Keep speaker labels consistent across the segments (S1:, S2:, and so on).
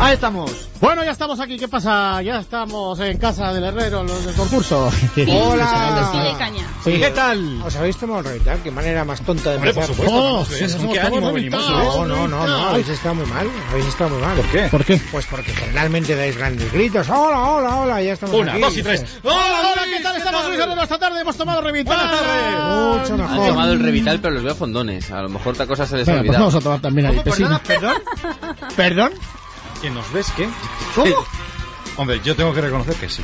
S1: Ahí estamos. Bueno, ya estamos aquí. ¿Qué pasa? Ya estamos en casa del herrero, los del concurso.
S2: Hola.
S3: Sí, de caña.
S1: Sí, ¿Qué tal?
S2: ¿Os habéis tomado el reventar? Qué manera más tonta de
S4: Hombre, por
S2: empezar.
S4: supuesto.
S1: Oh,
S4: vamos,
S1: sí,
S4: ¿eh?
S1: nos
S4: ¿Con
S1: hemos
S4: qué ánimo
S1: quedado
S4: venimos? eh?
S1: reventados.
S2: No, no, no, no, habéis estado muy mal, habéis estado muy mal.
S4: ¿Por qué?
S1: ¿Por qué?
S2: Pues porque generalmente dais grandes gritos. Hola, hola, hola, ya estamos
S4: Una,
S2: aquí.
S4: dos y tres.
S1: Hola, hola, ¿qué tal? Estamos Luis Herrero esta tarde. Hemos tomado revital.
S4: Buenas tardes.
S2: Mucho
S5: Han tomado
S2: mejor.
S5: el Revital, pero los veo fondones. A lo mejor otra cosa se les ha
S1: Venga, pues
S5: olvidado.
S1: vamos a tomar también ahí pesino.
S2: ¿Perdón? ¿Perdón?
S4: ¿Que nos ves qué?
S2: ¿Cómo?
S4: Hombre, yo tengo que reconocer que sí.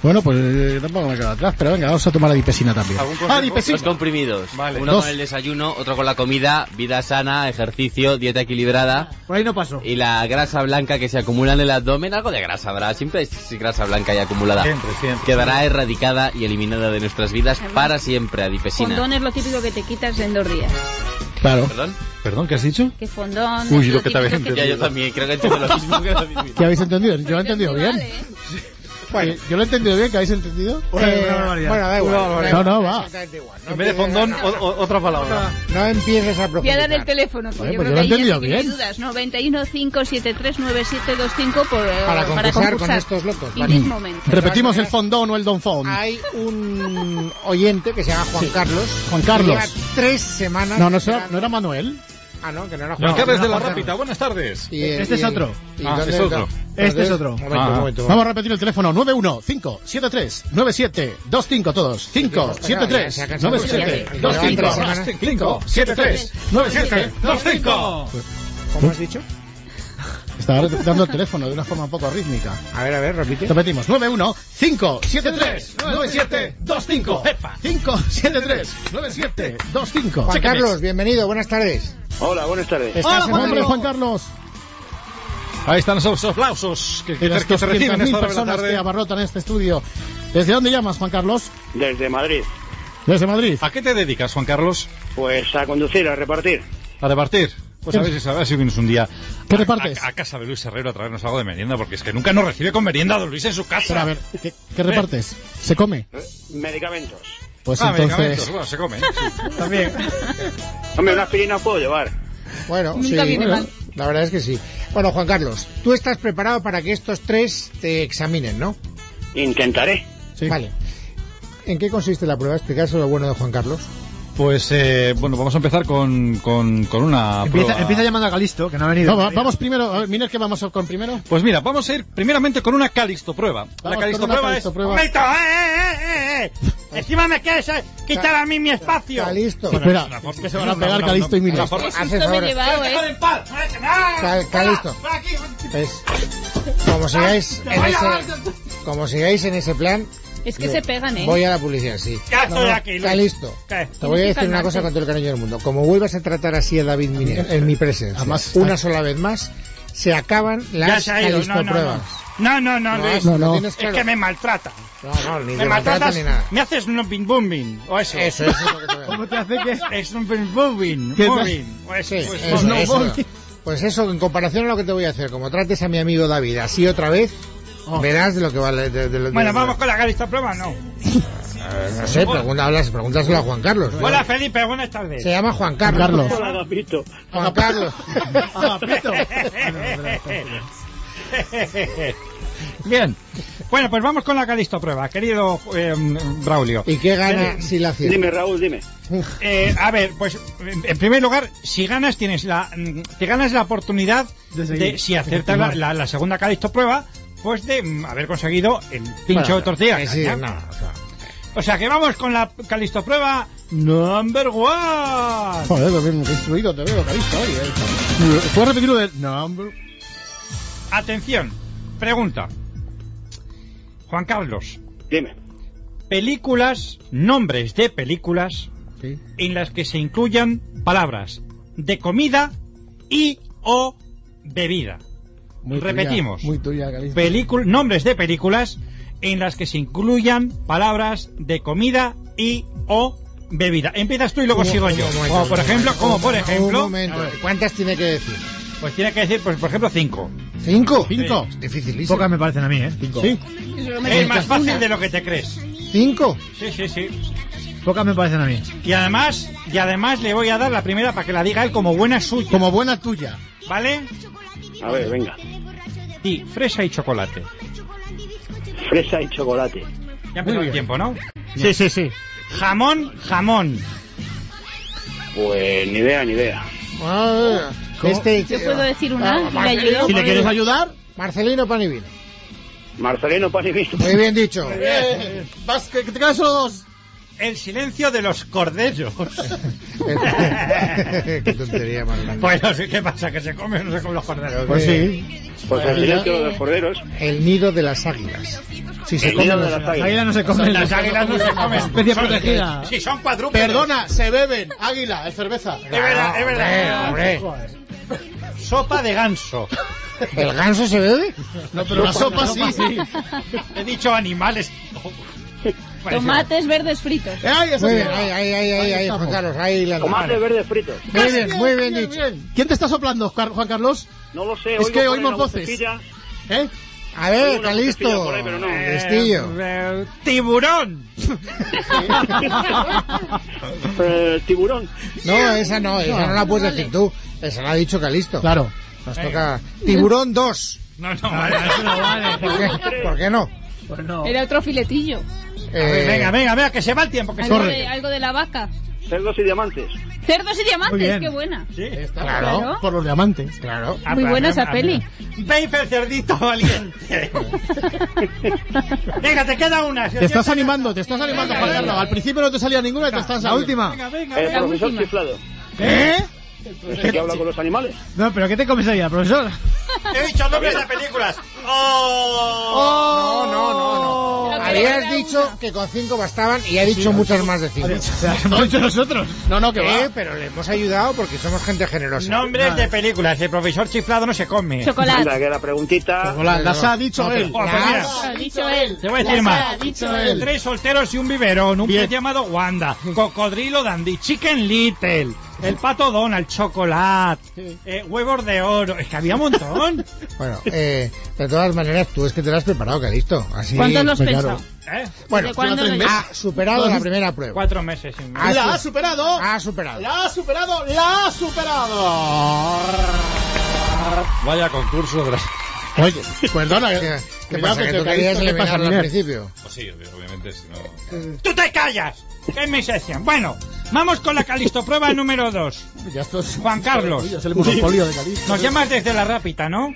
S1: Bueno, pues eh, tampoco me quedo atrás, pero venga, vamos a tomar adipesina también. Ah,
S4: ¿Algún consejo?
S1: Adipesina.
S5: Los comprimidos.
S4: Vale.
S5: Uno
S1: Dos.
S5: con el desayuno, otro con la comida, vida sana, ejercicio, dieta equilibrada
S2: Por ahí no pasó.
S5: y la grasa blanca que se acumula en el abdomen. Algo de grasa habrá, siempre es grasa blanca y acumulada.
S4: Siempre, siempre.
S5: Quedará erradicada y eliminada de nuestras vidas para siempre, adipesina.
S3: Fondón es lo típico que te quitas en dos días.
S1: Claro.
S5: ¿Perdón?
S4: ¿Perdón, qué has dicho?
S3: Que fondón.
S4: Uy,
S3: es
S4: lo que te había
S3: típico
S5: Ya
S4: entendido.
S3: te-
S5: yo también creo que he hecho lo mismo que la
S1: ¿Qué habéis entendido? Yo lo he entendido
S3: Vale,
S1: bien.
S3: ¿eh?
S1: Bueno, Eh, yo lo he entendido bien, ¿qué habéis entendido?
S2: Eh, bueno, da igual.
S1: No, no, va.
S2: Exactamente igual.
S4: En vez de fondón, o- o- otra palabra.
S2: No empieces a
S3: Voy a dar el
S2: profundizar.
S3: teléfono, que
S1: Oye,
S3: yo
S1: pues yo
S3: creo que
S1: lo he
S3: ahí
S1: entendido
S3: ya sí que hay
S1: bien.
S3: dudas. 91 573 9725 por, eh,
S2: Para concursar con estos locos,
S3: In
S2: vale.
S3: this moment.
S1: Repetimos el fondón o el don fond.
S2: Hay un oyente que se llama Juan
S1: Sí.
S2: Carlos.
S1: Juan Carlos.
S2: que lleva tres semanas.
S1: No, no, será-
S2: esperando-
S1: no era Manuel.
S2: Ah, no, que no era Juan
S4: Juan Carlos
S2: Carlos.
S4: de la Rápita, buenas tardes.
S2: Y, eh,
S1: Este es
S2: y el-
S1: otro.
S2: y
S4: Ah,
S2: entonces-
S4: es otro.
S1: Este es otro.
S2: Un momento,
S4: Ah.
S2: un momento.
S1: Vamos a repetir el teléfono 915739725 todos 5739735739725
S2: ¿Cómo has dicho?
S1: Estaba dando el teléfono de una forma un poco rítmica.
S2: A ver, a ver, repite.
S1: Repetimos 915739725 5739725
S2: Juan Carlos, bienvenido, buenas tardes.
S6: Hola, buenas tardes.
S2: Estás en
S1: Hola, hombre,
S2: hombre,
S1: Juan Carlos.
S4: Ahí están los aplausos que, que,
S1: De las
S4: que se reciben
S1: 200.000
S4: esta hora de la
S1: personas que
S4: tarde.
S1: abarrotan este estudio. ¿Desde dónde llamas, Juan Carlos?
S6: Desde Madrid.
S1: Desde Madrid.
S4: ¿A qué te dedicas, Juan Carlos?
S6: Pues a conducir, a repartir.
S4: ¿A repartir? Pues a ver si, a ver si vienes un día
S1: ¿Qué
S4: a-
S1: repartes?
S4: A, a casa de Luis Herrero a traernos algo de merienda, porque es que nunca nos recibe con merienda don Luis en su casa.
S1: Pero a ver, ¿qué, qué repartes? ¿Se come?
S6: Eh, Medicamentos.
S1: Pues
S4: ah, medicamentos,
S1: entonces...
S4: bueno, se come. ¿eh? Sí.
S1: También.
S6: Hombre, una aspirina puedo llevar.
S2: Bueno,
S3: Nunca
S2: sí,
S3: viene
S2: bueno,
S3: mal.
S2: la verdad es que sí. Bueno, Juan Carlos, tú estás preparado para que estos tres te examinen, ¿no?
S6: Intentaré.
S2: Vale. ¿En qué consiste la prueba? Explicárselo lo bueno de Juan Carlos.
S4: Pues eh, bueno, vamos a empezar con, con, con una prueba.
S2: llamando a Calisto, que no ha
S1: No,
S2: venido.
S1: va- vamos primero, a ver, mira que vamos con primero.
S4: Pues mira, vamos a ir primeramente con una Calixto prueba.
S1: con
S4: La
S1: una
S4: Calixto prueba es.
S1: Calixto prueba.
S4: ¡Momento! ¡Eh, eh, eh, eh! Encima me quieres eh, quitar a mí mi espacio.
S2: Calisto.
S1: Espera, es que se van a pegar Calisto y Miriam.
S3: Qué
S2: Haces
S3: susto me he
S2: ahora.
S3: llevado, eh.
S4: en paz!
S2: Cal- Calisto. Es- Como sigáis en ese, como sigáis en ese plan,
S3: Es que
S2: yo
S3: se pegan, eh.
S2: Voy a la publicidad, sí.
S4: Ya estoy aquí, Luis.
S2: Calisto.
S4: ¿Qué?
S2: Te voy a
S3: Tienes que
S2: decir una
S3: calmarte.
S2: cosa con todo el cariño del mundo. Como vuelvas a tratar así a David Miner en mi presencia,
S1: Además, está-
S2: una sola vez más, se acaban las calistopruebas.
S7: No, no, no, Luis.
S1: no,
S2: lo
S1: no.
S2: tienes
S7: Es
S2: claro.
S7: que me maltrata.
S2: No, no, ni
S7: Me
S2: te maltrata
S7: maltratas.
S2: ni nada.
S7: Me haces un bing boom bing. O eso.
S2: Eso, eso es lo que te voy a decir.
S7: te hace que es un bing boom bing?
S1: ¿Qué
S7: boom,
S1: más?
S7: bing, O eso.
S2: Sí,
S7: pues
S2: eso,
S7: todo.
S2: eso. Pues eso, en comparación a lo que te voy a hacer, como trates a mi amigo David así otra vez, verás de lo que vale. de- de- de-
S7: Oh. Bueno,
S2: de-
S7: vamos con la galista prueba, no.
S2: Eh, No sé, pregunta, hablas, pregúntaselo a Juan Carlos.
S7: Hola, Felipe, buenas tardes.
S2: Se llama Juan Carlos.
S1: Carlos.
S6: Hola, Gapito.
S2: Juan Carlos.
S1: Agapito.
S4: Bien.
S7: bueno, pues vamos con la galista prueba, querido eh, Braulio.
S2: ¿Y qué gana si la acierta?
S6: Dime, Raúl, dime.
S7: Eh, a ver, pues en en primer lugar, si ganas tienes la mm, te ganas la oportunidad de, si acertas la, la- la segunda Calixto prueba, pues de mm, haber conseguido el pincho de tortilla.
S2: Eh, sí,
S7: ¿ya?
S2: no, o sea,
S7: O sea que vamos con la Calixto prueba number one.
S1: Joder, lo bien instruido te veo, Calisto, oye. eh. ¿Puedes repetirlo de...? No, hombre.
S7: Atención, pregunta. Juan Carlos,
S6: Dime.
S7: películas, nombres de películas
S1: Sí.
S7: en las que se incluyan palabras de comida y o bebida.
S1: Muy
S7: Repetimos.
S1: Tuya, muy tuya, Calisto.
S7: Pelicu- nombres de películas en las que se incluyan palabras de comida y o bebida. Empiezas tú y luego
S2: un-
S7: sigo
S2: un
S7: yo.
S2: momento,
S7: Como por
S2: un
S7: ejemplo,
S2: momento,
S7: como por
S2: un- Un
S7: ejemplo,
S2: momento. ¿Cuántas tiene que decir?
S7: pues tiene que decir, pues por ejemplo, cinco.
S2: ¿Cinco?
S1: Cinco.
S2: Es dificilísimo.
S1: me parecen a mí, ¿eh? Cinco. Sí,
S7: Es más fácil de lo que te crees.
S2: ¿Cinco?
S7: Sí, sí, sí.
S1: pocas me parecen a mí.
S7: Y además, y además le voy a dar la primera para que la diga él como buena suya.
S1: Como buena tuya.
S7: ¿Vale?
S6: A ver, venga.
S7: Di fresa y chocolate.
S8: Fresa y chocolate.
S7: Ya empezó el
S1: bien.
S7: tiempo, ¿no?
S1: Sí, sí, sí.
S7: Jamón, jamón.
S8: Pues ni idea, ni idea.
S2: Ah, este,
S3: Yo puedo decir una y le ayudo.
S1: Si le quieres ayudar,
S2: Marcelino Panivino.
S8: Marcelino pan y vino.
S2: Muy bien dicho.
S1: eh, vas, que que te quedan solo dos.
S7: El silencio de los corderos.
S2: Qué tontería más grande.
S7: Pues no sé qué pasa, que se comen no se comen los corderos.
S2: Pues sí.
S8: Pues al silencio de los corderos.
S2: El nido de las águilas.
S1: Si
S8: El nido de las águilas.
S1: Águila no se come.
S7: Las águilas no se comen.
S1: Especie
S7: Son-
S1: protegida.
S7: Sí, son cuadrúpedos.
S1: Perdona, se beben. Águila, es cerveza.
S7: Es verdad, es verdad.
S2: Hombre,
S7: Sopa de ganso.
S2: ¿El ganso se bebe?
S1: No, pero la sopa sí. sí.
S7: He dicho animales.
S3: Tomates verdes fritos.
S1: Ay, eso
S2: Muy
S1: sí.
S2: bien, ahí, ahí, ahí, ahí, ahí, Juan Carlos, ahí la
S8: Tomate verde frito.
S2: Muy bien, muy bien
S1: Bien,
S2: dicho.
S1: bien. ¿Quién te está soplando, Car- Juan Carlos?
S8: No lo sé.
S1: Es
S8: oigo
S1: que
S8: por ahí
S1: oímos
S8: una
S1: voces.
S8: vocecilla.
S1: ¿Eh?
S2: A
S8: Hay
S2: ver,
S8: una vocecilla
S2: Calisto.
S8: por ahí, pero no.
S2: Listillo.
S7: Eh, eh, tiburón.
S8: Eh, tiburón.
S2: No, esa no, esa no la puedes decir tú. Esa la ha dicho Calisto.
S1: Claro.
S2: Nos
S7: Venga.
S2: toca Tiburón 2.
S7: No, no, vale, eso no vale.
S2: ¿Por qué, por qué no?
S3: Era otro filetillo.
S2: Eh,
S7: Venga, venga, venga, que se va el tiempo, que se
S3: Algo
S7: corre.
S3: de, algo de la vaca.
S8: Cerdos y diamantes.
S3: Cerdos y
S7: Muy
S3: diamantes,
S7: bien.
S3: qué buena.
S2: Claro,
S3: Claro.
S1: Por los diamantes.
S2: claro.
S3: Muy buena esa peli.
S7: Babe el cerdito valiente. venga, te queda una.
S1: Te estás animando, te estás animando, Juan Carlos. Al principio no te salía ninguna y te estás
S7: La última.
S8: El profesor
S3: última.
S8: chiflado.
S1: Ah, ¿Eh?
S8: ¿Es el que habla con los animales?
S1: No, pero ¿qué te comes allá, profesor?
S7: He dicho nombres de películas. ¡Oh!
S2: No, no, no, no.
S3: Pero que le
S2: Habías
S3: queda
S2: dicho que con cinco bastaban y ha dicho muchas más de cinco.
S1: hemos hecho nosotros. No, no, que
S2: Eh,
S1: va.
S2: pero le hemos ayudado porque somos gente generosa.
S7: Nombres de películas. El profesor chiflado no se come.
S3: Chocolate.
S8: Anda, que la preguntita.
S1: Hola, las ha dicho
S2: No, pero-
S1: él.
S7: Oh, pues
S2: Las-
S7: mira.
S3: Ha dicho él.
S7: Te voy a decir
S3: Las
S7: más.
S3: ha dicho él.
S7: Tres solteros y un biberón, un
S1: Bien.
S7: pez llamado Wanda, Cocodrilo Dandy, Chicken Little, el pato Donald, chocolate, eh, huevos de oro. Es que había un montón.
S2: Bueno, eh, de todas maneras, tú es que te lo has preparado, Calisto. Así,
S3: ¿Cuántos los
S2: pues, claro.
S3: pensó?
S7: ¿Eh?
S2: Bueno,
S3: ¿De cuándo
S1: tres
S3: lo
S1: meses.
S2: ha superado la primera prueba.
S7: Cuatro meses sin
S1: La
S2: Ah, sí.
S1: ha Ah. superado.
S2: Ha superado.
S1: La ha superado. La ha superado.
S9: Vaya concurso.
S2: Oye,
S1: Perdona,
S2: ¿qué,
S1: eh.
S2: qué
S1: Cuidado,
S2: pasa? ¿Que
S1: te
S2: tú querías
S1: caíste, ¿qué pasa,
S2: eliminarlo al
S1: Miner?
S2: principio?
S9: Sí, obviamente, si no.
S7: ¡Tú te callas! Que es mi sección. Bueno, vamos con la Calisto Prueba número 2.
S1: Ya esto es-
S7: Juan Carlos.
S1: Es el monopolio de Calisto.
S7: Nos llamas desde la Rápita, ¿no?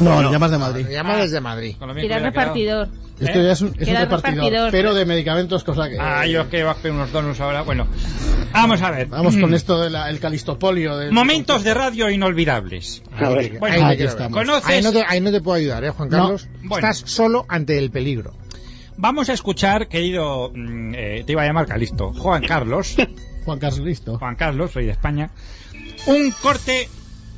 S1: No, no, llamas de Madrid.
S2: Lo llama desde Madrid.
S7: Con lo bien
S3: Era
S7: que hubiera quedado.
S3: repartidor.
S1: Esto ya es un, es un
S3: Era
S1: repartidor,
S3: repartidor.
S1: pero de medicamentos, cosa que...
S7: Ah, yo es que iba a pedir unos donuts ahora. Bueno, vamos a ver.
S1: Vamos con este
S7: Mm.
S1: esto del el calistopolio. Del...
S7: Momentos de radio inolvidables.
S8: A ver.
S2: te-
S7: Bueno,
S2: te
S1: aquí
S2: quiero
S1: estamos.
S2: ver.
S7: ¿Conoces?
S2: Ahí no, te, ahí no te puedo ayudar, ¿eh, Juan Carlos?
S7: bueno.
S2: Estás solo ante el peligro.
S7: Vamos a escuchar, querido, mm, eh, te iba a llamar Calisto, Juan Carlos,
S1: Juan Carlos Listo.
S7: Juan Carlos, soy de España, un corte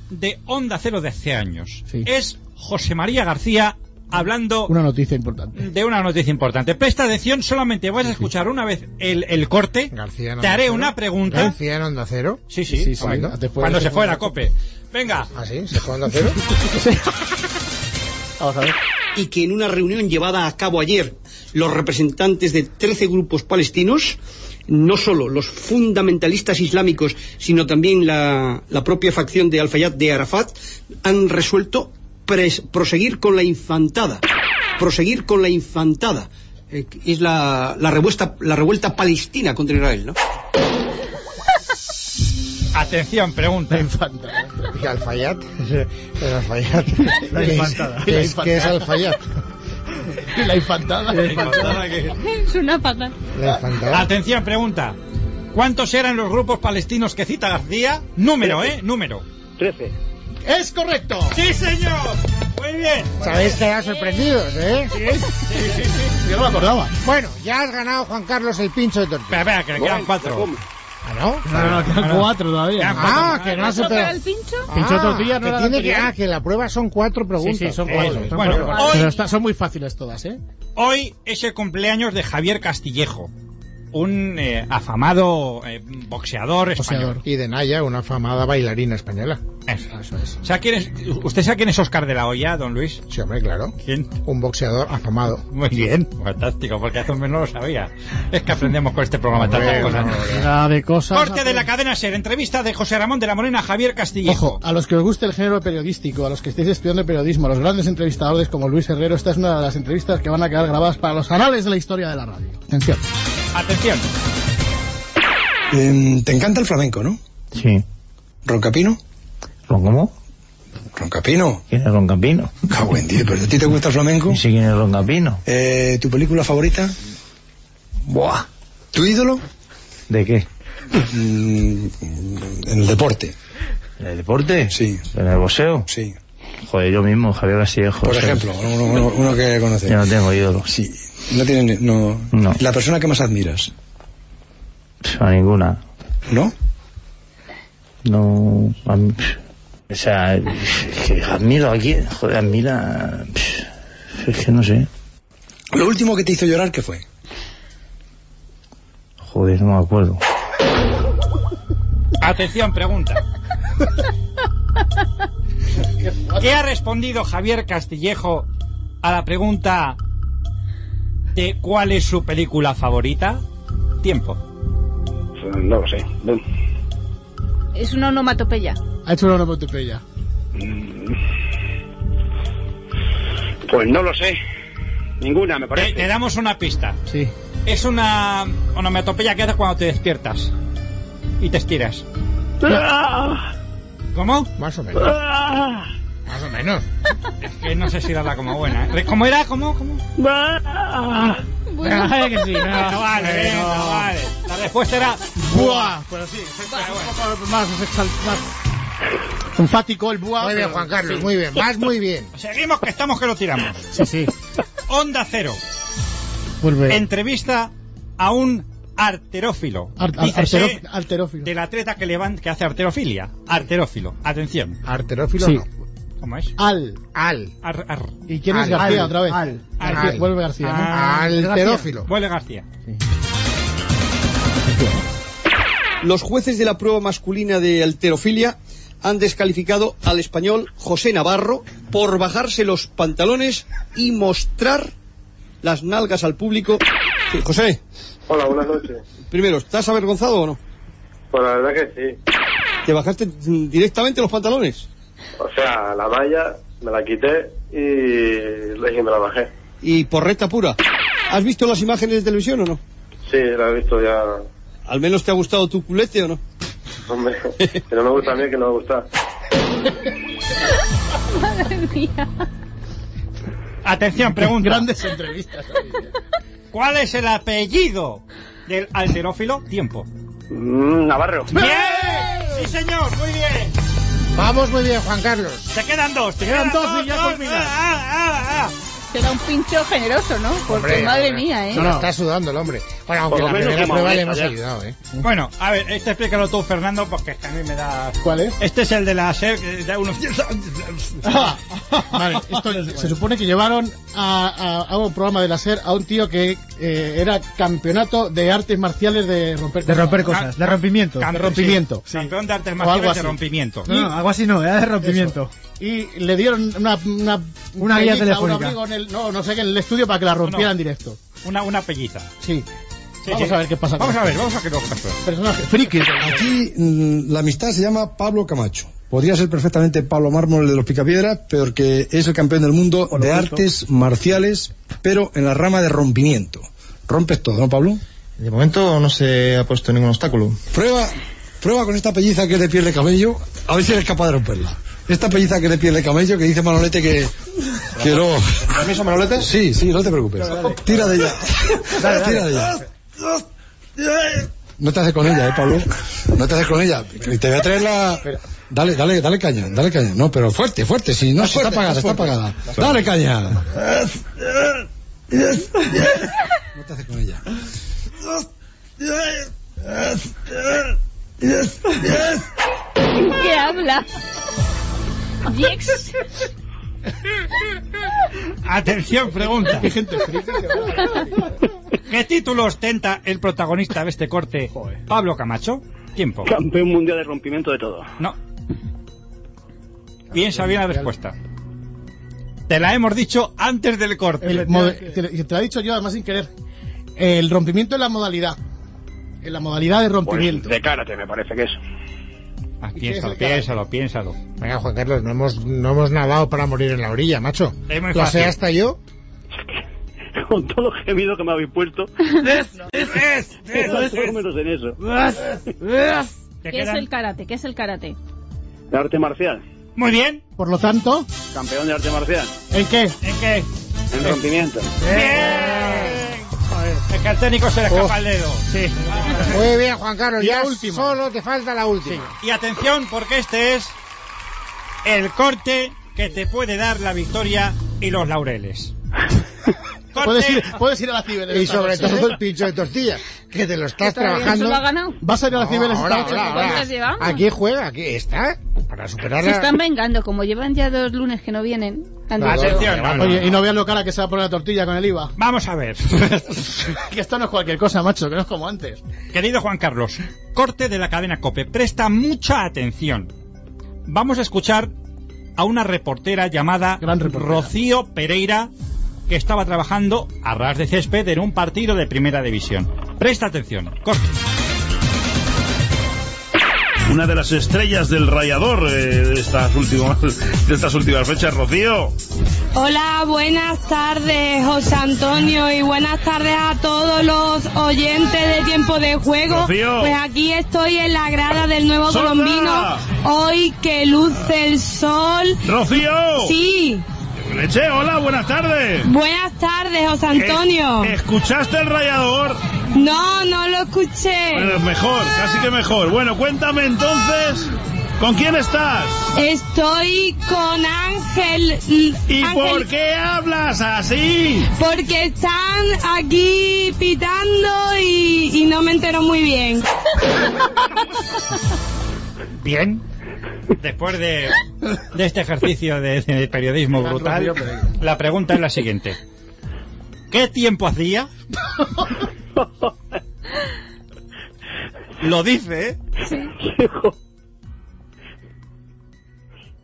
S7: de Onda Cero de hace años.
S1: Sí.
S7: Es José María García hablando
S1: Una noticia importante.
S7: de una noticia importante. Presta atención, solamente vas a escuchar una vez el, el corte,
S2: García en
S7: te
S2: Onda
S7: haré
S2: Cero.
S7: una pregunta.
S2: García en Onda Cero.
S7: Sí, sí,
S1: Sí, sí,
S7: bueno,
S1: después de
S7: cuando
S1: que
S7: se
S1: se
S7: fue la
S1: fue
S7: cope. Venga,
S2: ¿Ah, sí? ¿Se fue a Onda Cero?
S1: Vamos a ver.
S10: y que en una reunión llevada a cabo ayer los representantes de 13 grupos palestinos, no solo los fundamentalistas islámicos, sino también la, la propia facción de Al-Fayyad de Arafat, han resuelto pres- proseguir con la infantada. Proseguir con la infantada. eh, que es la, la, revuelta, la revuelta palestina contra Israel, ¿no?
S7: atención, pregunta.
S2: ¿Y Al-Fayat? El Al-Fayat.
S1: La
S2: ¿Qué es-
S1: infantada.
S2: ¿Qué es, qué es Al-Fayat?
S1: La infantada. La
S3: Suena fatal.
S2: La infantada.
S7: Atención, pregunta. ¿Cuántos eran los grupos palestinos que cita García? Número, ¿eh? Número.
S8: 13.
S1: ¡Es correcto!
S7: ¡Sí, señor! Muy bien.
S2: Sabéis que sorprendidos, ¿eh?
S1: Yo no me acordaba.
S2: Bueno, ya has ganado, Juan Carlos, el pincho de tortilla.
S7: Espera, espera, que le quedan cuatro.
S8: ¿Cómo?
S2: ¿Ah, no?
S1: quedan cuatro todavía.
S2: Ah, que no ha
S3: ¿No pega
S2: superado.
S3: el pincho?
S2: Ah,
S1: Pincho de tortilla no
S2: que
S1: era la
S2: tiene que,
S1: anterior.
S2: ah, que la prueba son cuatro
S1: Sí,
S2: preguntas. Eh,
S1: sí, son cuatro.
S7: Eso,
S1: son
S7: bueno,
S1: cuatro.
S7: hoy-
S1: Pero está- son muy fáciles todas, ¿eh?
S7: Hoy es el cumpleaños de Javier Castillejo, un eh, afamado eh, boxeador español.
S2: Y de Naya, una afamada bailarina española.
S7: Eso.
S2: Eso es.
S7: ¿Sabe quién es- ¿Usted sabe quién es Oscar de la Hoya, don Luis?
S2: Sí, hombre, claro.
S7: ¿Quién?
S2: Un boxeador afamado.
S7: Muy bien, fantástico, porque hace un mes no lo sabía. Es que aprendemos con este programa
S2: Hombre,
S7: tantas cosas.
S2: hombre.
S1: Era de cosas.
S7: Corte de la cadena Ser, entrevista de José Ramón de la Morena a Javier Castillejo.
S1: Ojo, a los que os guste el género periodístico, a los que estéis estudiando el periodismo, a los grandes entrevistadores como Luis Herrero, esta es una de las entrevistas que van a quedar grabadas para los anales de la historia de la radio. Atención.
S7: Atención.
S10: Em, ¿Te encanta el flamenco, no?
S11: Sí.
S10: ¿Roncapino?
S11: ¿Cómo?
S10: ¿Roncapino?
S11: ¿Quién es Roncapino?
S10: Cago en 10, ¿pero a ti te gusta el flamenco?
S11: Sí, sé quién es Roncapino.
S10: Eh, ¿Tu película favorita?
S11: Buah.
S10: ¿Tu ídolo?
S11: ¿De qué?
S10: Mm, en el deporte.
S11: ¿Del deporte?
S10: Sí,
S11: ¿En el boxeo?
S10: sí.
S11: Joder, yo mismo, Javier Castillejo.
S10: Por
S11: o sea,
S10: ejemplo, uno, uno- uno que conoces.
S11: Yo no tengo ídolos.
S10: Sí. No tiene ni- no.
S11: No.
S10: La persona que más admiras,
S11: A ninguna.
S10: ¿no?
S11: No. a mí, pf. o sea, es que admiro a quién. Joder, admira. pf, Es que no sé.
S10: Lo último que te hizo llorar, ¿qué fue?
S11: Joder, no me acuerdo.
S7: Atención, pregunta. ¿Qué ha respondido Javier Castillejo a la pregunta de cuál es su película favorita? Tiempo.
S6: No lo sé. No.
S3: Es una onomatopeya.
S1: Ha hecho una onomatopeya.
S6: Pues no lo sé. Ninguna, me
S7: Te,
S6: parece.
S7: te damos una pista.
S1: Sí.
S7: Es una onomatopeya que haces cuando te despiertas y te estiras. ¿Cómo?
S2: Más o menos. Más o menos.
S7: Es que Eh, no sé si darla como buena. ¿eh? ¿Cómo era? ¿Cómo? ¿Cómo?
S1: Bueno.
S7: que sí. No, vale, venga, vale. La respuesta era...
S1: Buah. Pero sí, es un poco más, es exal- más enfático el buah.
S2: Muy bien,
S1: pero-
S2: Juan Carlos, muy bien. Más muy bien.
S7: Seguimos que estamos que lo tiramos.
S1: Sí, sí.
S7: Onda Cero.
S1: Vuelve.
S7: Entrevista a un arterófilo.
S1: Ar- ar-
S7: Dícese
S1: arteró- Alterófilo.
S7: del atleta que, levan- que hace arterofilia. Arterófilo. Atención.
S2: Arterófilo
S1: Sí.
S2: no.
S7: ¿Cómo es?
S1: Al.
S2: Al.
S7: Ar- ar-
S1: ¿Y quién es
S2: Al.
S1: García
S2: Al.
S1: otra vez?
S2: Al.
S1: García.
S2: Al.
S1: Vuelve García. ¿no?
S7: Ah,
S2: Alterófilo.
S7: Vuelve García.
S12: Los jueces de la prueba masculina de alterofilia han descalificado al español José Navarro por bajarse los pantalones y mostrar las nalgas al público. Sí, José,
S6: Hola, buenas noches.
S12: primero, ¿estás avergonzado o no?
S6: Pues la verdad que sí.
S12: ¿Te bajaste mm, directamente los pantalones?
S6: O sea, la valla me la quité y, me la bajé.
S12: Y por recta pura. ¿Has visto las imágenes de televisión o no?
S6: Sí, la he visto ya.
S12: ¿Al menos te ha gustado tu culete o no?
S6: Hombre, si no me gusta a mí, que no me gusta.
S3: Madre mía.
S7: Atención, pregunta.
S1: Grandes entrevistas.
S7: ¿Cuál es el apellido del alterófilo? Tiempo.
S6: Mm, Navarro.
S7: ¡Bien! ¡Sí, señor! ¡Muy bien!
S2: Vamos muy bien, Juan Carlos.
S7: Te quedan dos. Te
S1: Quedan dos y ya culmina.
S7: Ah, ah, ah,
S3: Será un pincho generoso, ¿no? Porque
S2: Hombre,
S3: madre
S2: hombre.
S3: mía, ¿eh?
S2: No, no, está sudando el hombre. Bueno, aunque la
S6: Por lo menos
S2: primera
S6: que
S2: prueba le hemos
S6: molesta, ya.
S2: ayudado, ¿eh?
S7: ah. Bueno, a ver, este explícalo tú, Fernando, porque es que a mí me da...
S1: ¿Cuál es?
S7: Este es el de la SER que da uno...
S1: Vale, esto se supone que llevaron a, a- a un programa de la SER a un tío que eh, era campeonato de artes marciales de romper
S11: De romper
S7: cosas,
S11: de rompimiento.
S7: Campe-
S1: rompimiento.
S7: sí, Campeón de artes
S1: O algo
S7: marciales
S1: así. Ah.
S7: de rompimiento.
S11: algo así no, era de rompimiento.
S1: y le dieron una una,
S11: Una guía
S1: pelliza a un
S11: telefónica.
S1: amigo en el- no, no sé qué en el estudio para que la rompiera
S7: No.
S1: en directo.
S7: Una, una pelliza.
S1: Sí.
S7: Sí,
S1: vamos
S7: sí.
S1: a ver qué pasa. con
S7: Vamos a
S1: este
S7: ver, vamos a ver qué pasa.
S1: Personaje friki.
S10: Aquí mm, la amistad se llama Pablo Camacho. Podría ser perfectamente Pablo Mármol el de los Picapiedras, pero que es el campeón del mundo de artes marciales, pero en la rama de rompimiento. Rompes todo, ¿no, Pablo?
S11: De momento no se ha puesto ningún obstáculo.
S10: Prueba, prueba con esta pelliza que es de piel de camello, a ver si eres capaz de romperla. Esta pelliza que es de piel de camello, que dice Manolete que... que no... ¿Permiso, Manolete? Sí, sí, no te preocupes. Tira de ella. Tira de ella. No te haces con ella, eh, Pablo. No te haces con ella. que Te voy a traer la... Dale, dale, dale caña, dale caña. No, pero fuerte, Ah, fuerte. Si no, si está apagada, está apagada. Dale caña. No te haces con ella.
S3: ¿Qué habla? Yex.
S7: Atención, pregunta. ¿Qué título ostenta el protagonista de este corte? Pablo Camacho. Tiempo.
S6: Campeón mundial de rompimiento de todo.
S7: No. Piensa bien la respuesta. Te la hemos dicho antes del corte.
S1: El mode- te, te lo he dicho yo, además sin querer. El rompimiento en la modalidad. En la modalidad de rompimiento.
S8: Pues de karate me parece que es.
S7: Ah,
S2: piénsalo,
S7: piénsalo, piénsalo.
S2: Venga, Juan Carlos, no hemos, no hemos nadado para morir en la orilla, macho.
S8: Es muy
S2: Lo sé
S8: fácil.
S2: hasta yo.
S8: Con todo el gemido que me habéis puesto. Más o menos en eso.
S3: ¿Qué es el karate? ¿Qué es el karate?
S8: De arte marcial.
S7: Muy bien.
S1: Por lo tanto,
S8: Campeón de arte marcial.
S1: ¿en qué?
S7: ¿En qué?
S8: En rompimiento.
S7: Es que al técnico se le escapa el dedo. Sí.
S2: Muy bien, Juan Carlos,
S7: Y
S2: ya
S7: la última.
S2: solo te falta la última.
S7: Y atención, porque este es el corte que te puede dar la victoria y los laureles. Corte.
S1: Puedes ir, puedes ir a la ciber.
S2: Y sobre
S1: ¿eh?
S2: todo el pincho de tortilla, que te lo estás trabajando.
S3: lo ha ganado?
S1: Vas a ir a la ciber
S2: No,
S1: esta
S2: ahora,
S1: noche.
S2: ahora, ahora.
S3: ¿Cuántas llevamos?
S2: Aquí juega, aquí está, para superar
S3: Se
S2: la...
S3: están vengando, como llevan ya dos lunes que no vienen. han dicho-
S7: Atención, no, no,
S1: Oye,
S7: no.
S1: y no veas lo cara que se va a poner la tortilla con el IVA.
S7: Vamos a ver.
S1: que esto no es cualquier cosa, macho, que no es como antes.
S7: Querido Juan Carlos, corte de la cadena Cope, presta mucha atención. Vamos a escuchar a una reportera llamada
S1: Gran reportera.
S7: Rocío Pereira, que estaba trabajando a ras de césped en un partido de primera división. Presta atención, corte.
S8: Una de las estrellas del rayador eh, de, estas últimas, de estas últimas fechas, Rocío.
S13: Hola, buenas tardes, José Antonio, y buenas tardes a todos los oyentes de Tiempo de Juego.
S8: Rocío.
S13: Pues aquí estoy en la grada del Nuevo
S8: ¡Solta!
S13: Colombino. Hoy que luce el sol.
S8: ¡Rocío!
S13: Sí,
S8: Leche, hola, buenas tardes.
S13: buenas tardes, José Antonio.
S8: Eh, ¿Escuchaste el rayador?
S13: No, no lo escuché.
S8: Bueno, mejor, casi que mejor. Bueno, cuéntame entonces, ¿con quién estás?
S13: Estoy con Ángel. mm,
S8: ¿Y
S13: Ángel,
S8: por qué hablas así?
S13: Porque están aquí pitando y, y no me entero muy bien.
S7: Bien. Después de, de este ejercicio de, de periodismo brutal, la pregunta es la siguiente. ¿Qué tiempo hacía? Lo dice, ¿eh?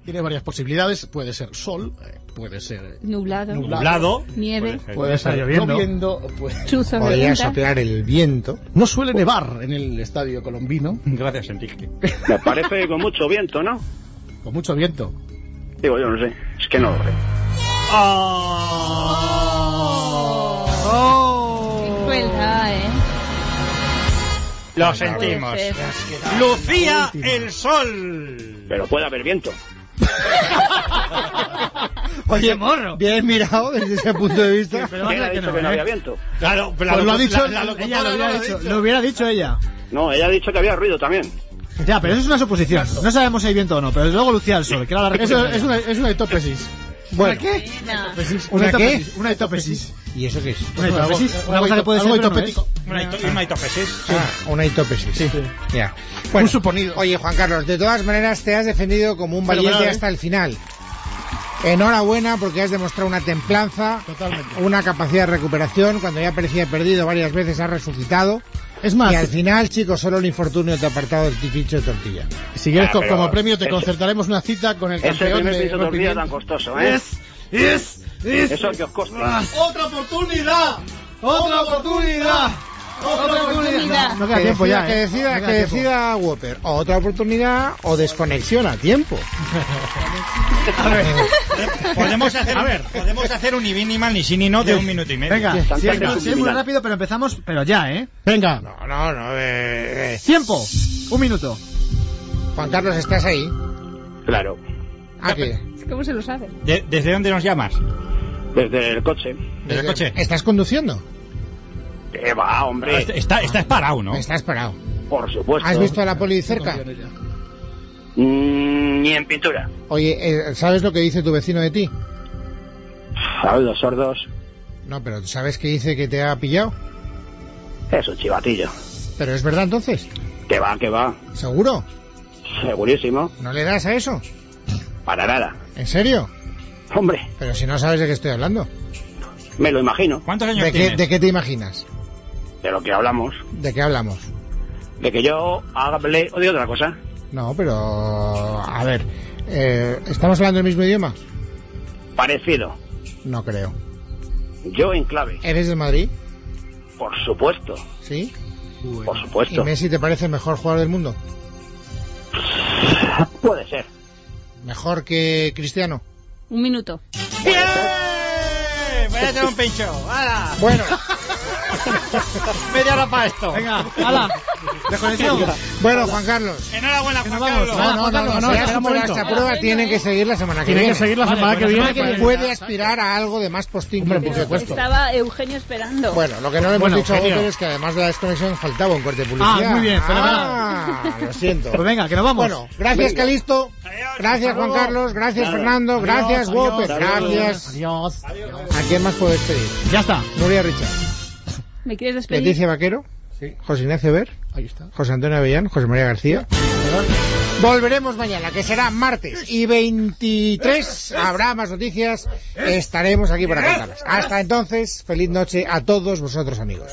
S1: Tiene varias posibilidades. Puede ser sol, eh, puede ser eh,
S3: Nublado.
S7: Nublado.
S3: Nieve.
S1: puede ser lloviendo, o puede-
S3: Chuzo de
S2: Podría
S3: venta.
S2: soplar el viento.
S1: No suele nevar en el estadio colombino,
S7: Gracias, Enrique.
S8: Me parece que con mucho viento, ¿no?
S1: con mucho viento.
S8: Digo, yo no sé. Es que no.
S3: Qué crueldad, ¿eh?
S7: Lo sentimos.
S3: Puede ser.
S7: Lucía el sol.
S8: Pero puede haber viento.
S2: Oye, morro. Bien mirado desde ese punto de vista.
S8: ¿Quién ha dicho que
S13: ¿eh?
S8: no, había viento?
S7: Claro, pero la
S1: Pues lo ha
S7: locu-
S1: dicho,
S7: la- la locutora
S1: ella, lo
S7: no
S1: hubiera
S7: lo ha
S1: dicho,
S7: dicho.
S1: lo hubiera dicho ella.
S8: No, ella ha dicho que había ruido también.
S1: Ya, pero eso es una suposición. No sabemos si hay viento o no, pero luego lucía el sol, que era la Eso es una, es una hitópesis. Bueno, ¿qué?
S3: Pena.
S1: ¿Una,
S2: ¿Una qué?
S1: hitópesis, Una hitópesis.
S2: ¿Y eso qué es?
S1: pues Una hitópesis.
S2: Una cosa que puede ser,
S1: Algo
S2: pero no es.
S1: hitópético.
S7: Una hito- una hitopesis.
S2: Ah, una hitópesis. Sí. Ya.
S1: ¿eh? Un suponido.
S2: Oye, Juan Carlos, de todas maneras te has defendido como un
S1: Fenomenal,
S2: valiente
S1: ¿eh?
S2: hasta el final. Enhorabuena porque has demostrado una templanza,
S1: Totalmente.
S2: una capacidad de recuperación. Cuando ya parecía perdido varias veces has resucitado.
S1: Es
S2: Y al
S1: más,
S2: final, chicos, solo el infortunio te ha apartado del pincho de tortilla.
S1: si quieres,
S8: Ah,
S1: co-
S8: pero-
S1: como premio te
S8: eso-
S1: concertaremos una cita con el
S8: Ese
S1: campeón
S8: primer
S1: de
S8: piso de tortilla tan
S1: rompimiento.
S8: costoso, ¿eh? Eso que os
S7: Ah,
S8: costa.
S1: ¡Otra oportunidad! ¡Otra oportunidad!
S3: Otra oportunidad.
S1: No queda
S2: que
S1: tiempo
S2: decida,
S1: ya,
S2: que
S1: ¿eh? No
S2: decida, que
S1: queda tiempo.
S2: decida Whopper. O otra oportunidad o desconexión a tiempo.
S7: Podemos hacer, a ver, podemos hacer un ni bien ni mal ni sí ni no de un minuto y medio.
S14: Venga,
S8: Tanta
S14: sí, es,
S8: casualidad.
S14: sí, es muy rápido, pero empezamos, pero ya, ¿eh?
S1: Venga,
S2: No, no, no. eh, eh.
S14: Tiempo, un minuto.
S2: Juan Carlos, ¿estás ahí? Ah,
S8: Claro.
S2: Aquí.
S3: ¿Cómo se lo sabe?
S7: De- ¿Desde dónde nos llamas?
S8: Desde el coche.
S7: ¿Desde el coche?
S2: ¿Estás conduciendo?
S8: Que va, hombre?
S7: este Está, está parado, ¿no?
S2: Estás parado.
S8: Por supuesto.
S2: ¿Has visto a la poli de cerca?
S8: Mm, ni en pintura.
S2: Oye, eh, ¿sabes lo que dice tu vecino de ti?
S8: A ver, los sordos.
S2: No, pero ¿sabes qué dice que te ha pillado?
S8: Es un chivatillo.
S2: ¿Pero es verdad entonces?
S8: Que va, que va.
S2: ¿Seguro?
S8: Segurísimo.
S2: ¿No le das a eso?
S8: Para nada.
S2: ¿En serio?
S8: Hombre,
S2: Pero si no sabes de qué estoy hablando.
S8: me lo imagino.
S7: ¿Cuántos años
S2: ¿De qué,
S7: tienes?
S2: de qué te imaginas?
S8: De lo que hablamos.
S2: ¿De qué hablamos?
S8: De que yo hable de otra cosa.
S2: No, pero... A ver, Eh, ¿Estamos hablando el mismo idioma?
S8: Parecido.
S2: No creo.
S8: Yo en clave.
S2: ¿Eres de Madrid?
S8: Por supuesto.
S2: ¿Sí?
S8: Por
S2: ¿Y
S8: supuesto.
S2: Messi te parece el mejor jugador del mundo?
S8: Puede ser.
S2: ¿Mejor que Cristiano?
S3: Un minuto.
S7: Voy a hacer un pincho. ¡Hala!
S2: Bueno.
S7: Media hora para esto.
S1: Venga, hala. Desconexión.
S2: Bueno, Juan Carlos.
S7: Enhorabuena, Juan
S1: vamos.
S7: Carlos.
S2: No, no, no, no, si
S1: espera
S2: ha
S1: un
S2: superado
S1: momento.
S2: esta prueba tiene que seguir la semana que
S1: Tiene que
S2: viene. pues
S1: seguir la Vale, semana que bueno, viene. pues,
S2: Puede, puede aspirar a algo de más postín. por supuesto.
S3: Estaba Eugenio esperando.
S2: Bueno, lo que no le hemos
S1: Bueno,
S2: dicho a
S1: Eugenio.
S2: Walter es que además de la desconexión faltaba un corte de
S1: Ah,
S2: publicidad.
S1: muy bien,
S2: Ah,
S1: fenomenal.
S2: lo siento.
S1: Pues venga, que nos vamos.
S2: Bueno, gracias
S1: Venga.
S2: Calisto, gracias
S1: Hasta
S2: Juan
S1: luego.
S2: Carlos, gracias
S1: Claro.
S2: Fernando,
S1: Adiós,
S2: gracias
S1: adiós,
S2: Walter,
S1: adiós,
S2: gracias.
S1: Adiós.
S2: ¿A quién más puedo despedir?
S1: Ya está.
S2: Nuria Richard,
S3: ¿Me quieres despedir?
S2: Leticia Vaquero, José Ignacio Ver,
S15: Ahí está.
S2: José Antonio Avellán, José María García. Volveremos mañana, que será martes y 23. Habrá más noticias. Estaremos aquí para contarlas. Hasta entonces, feliz noche a todos vosotros, amigos.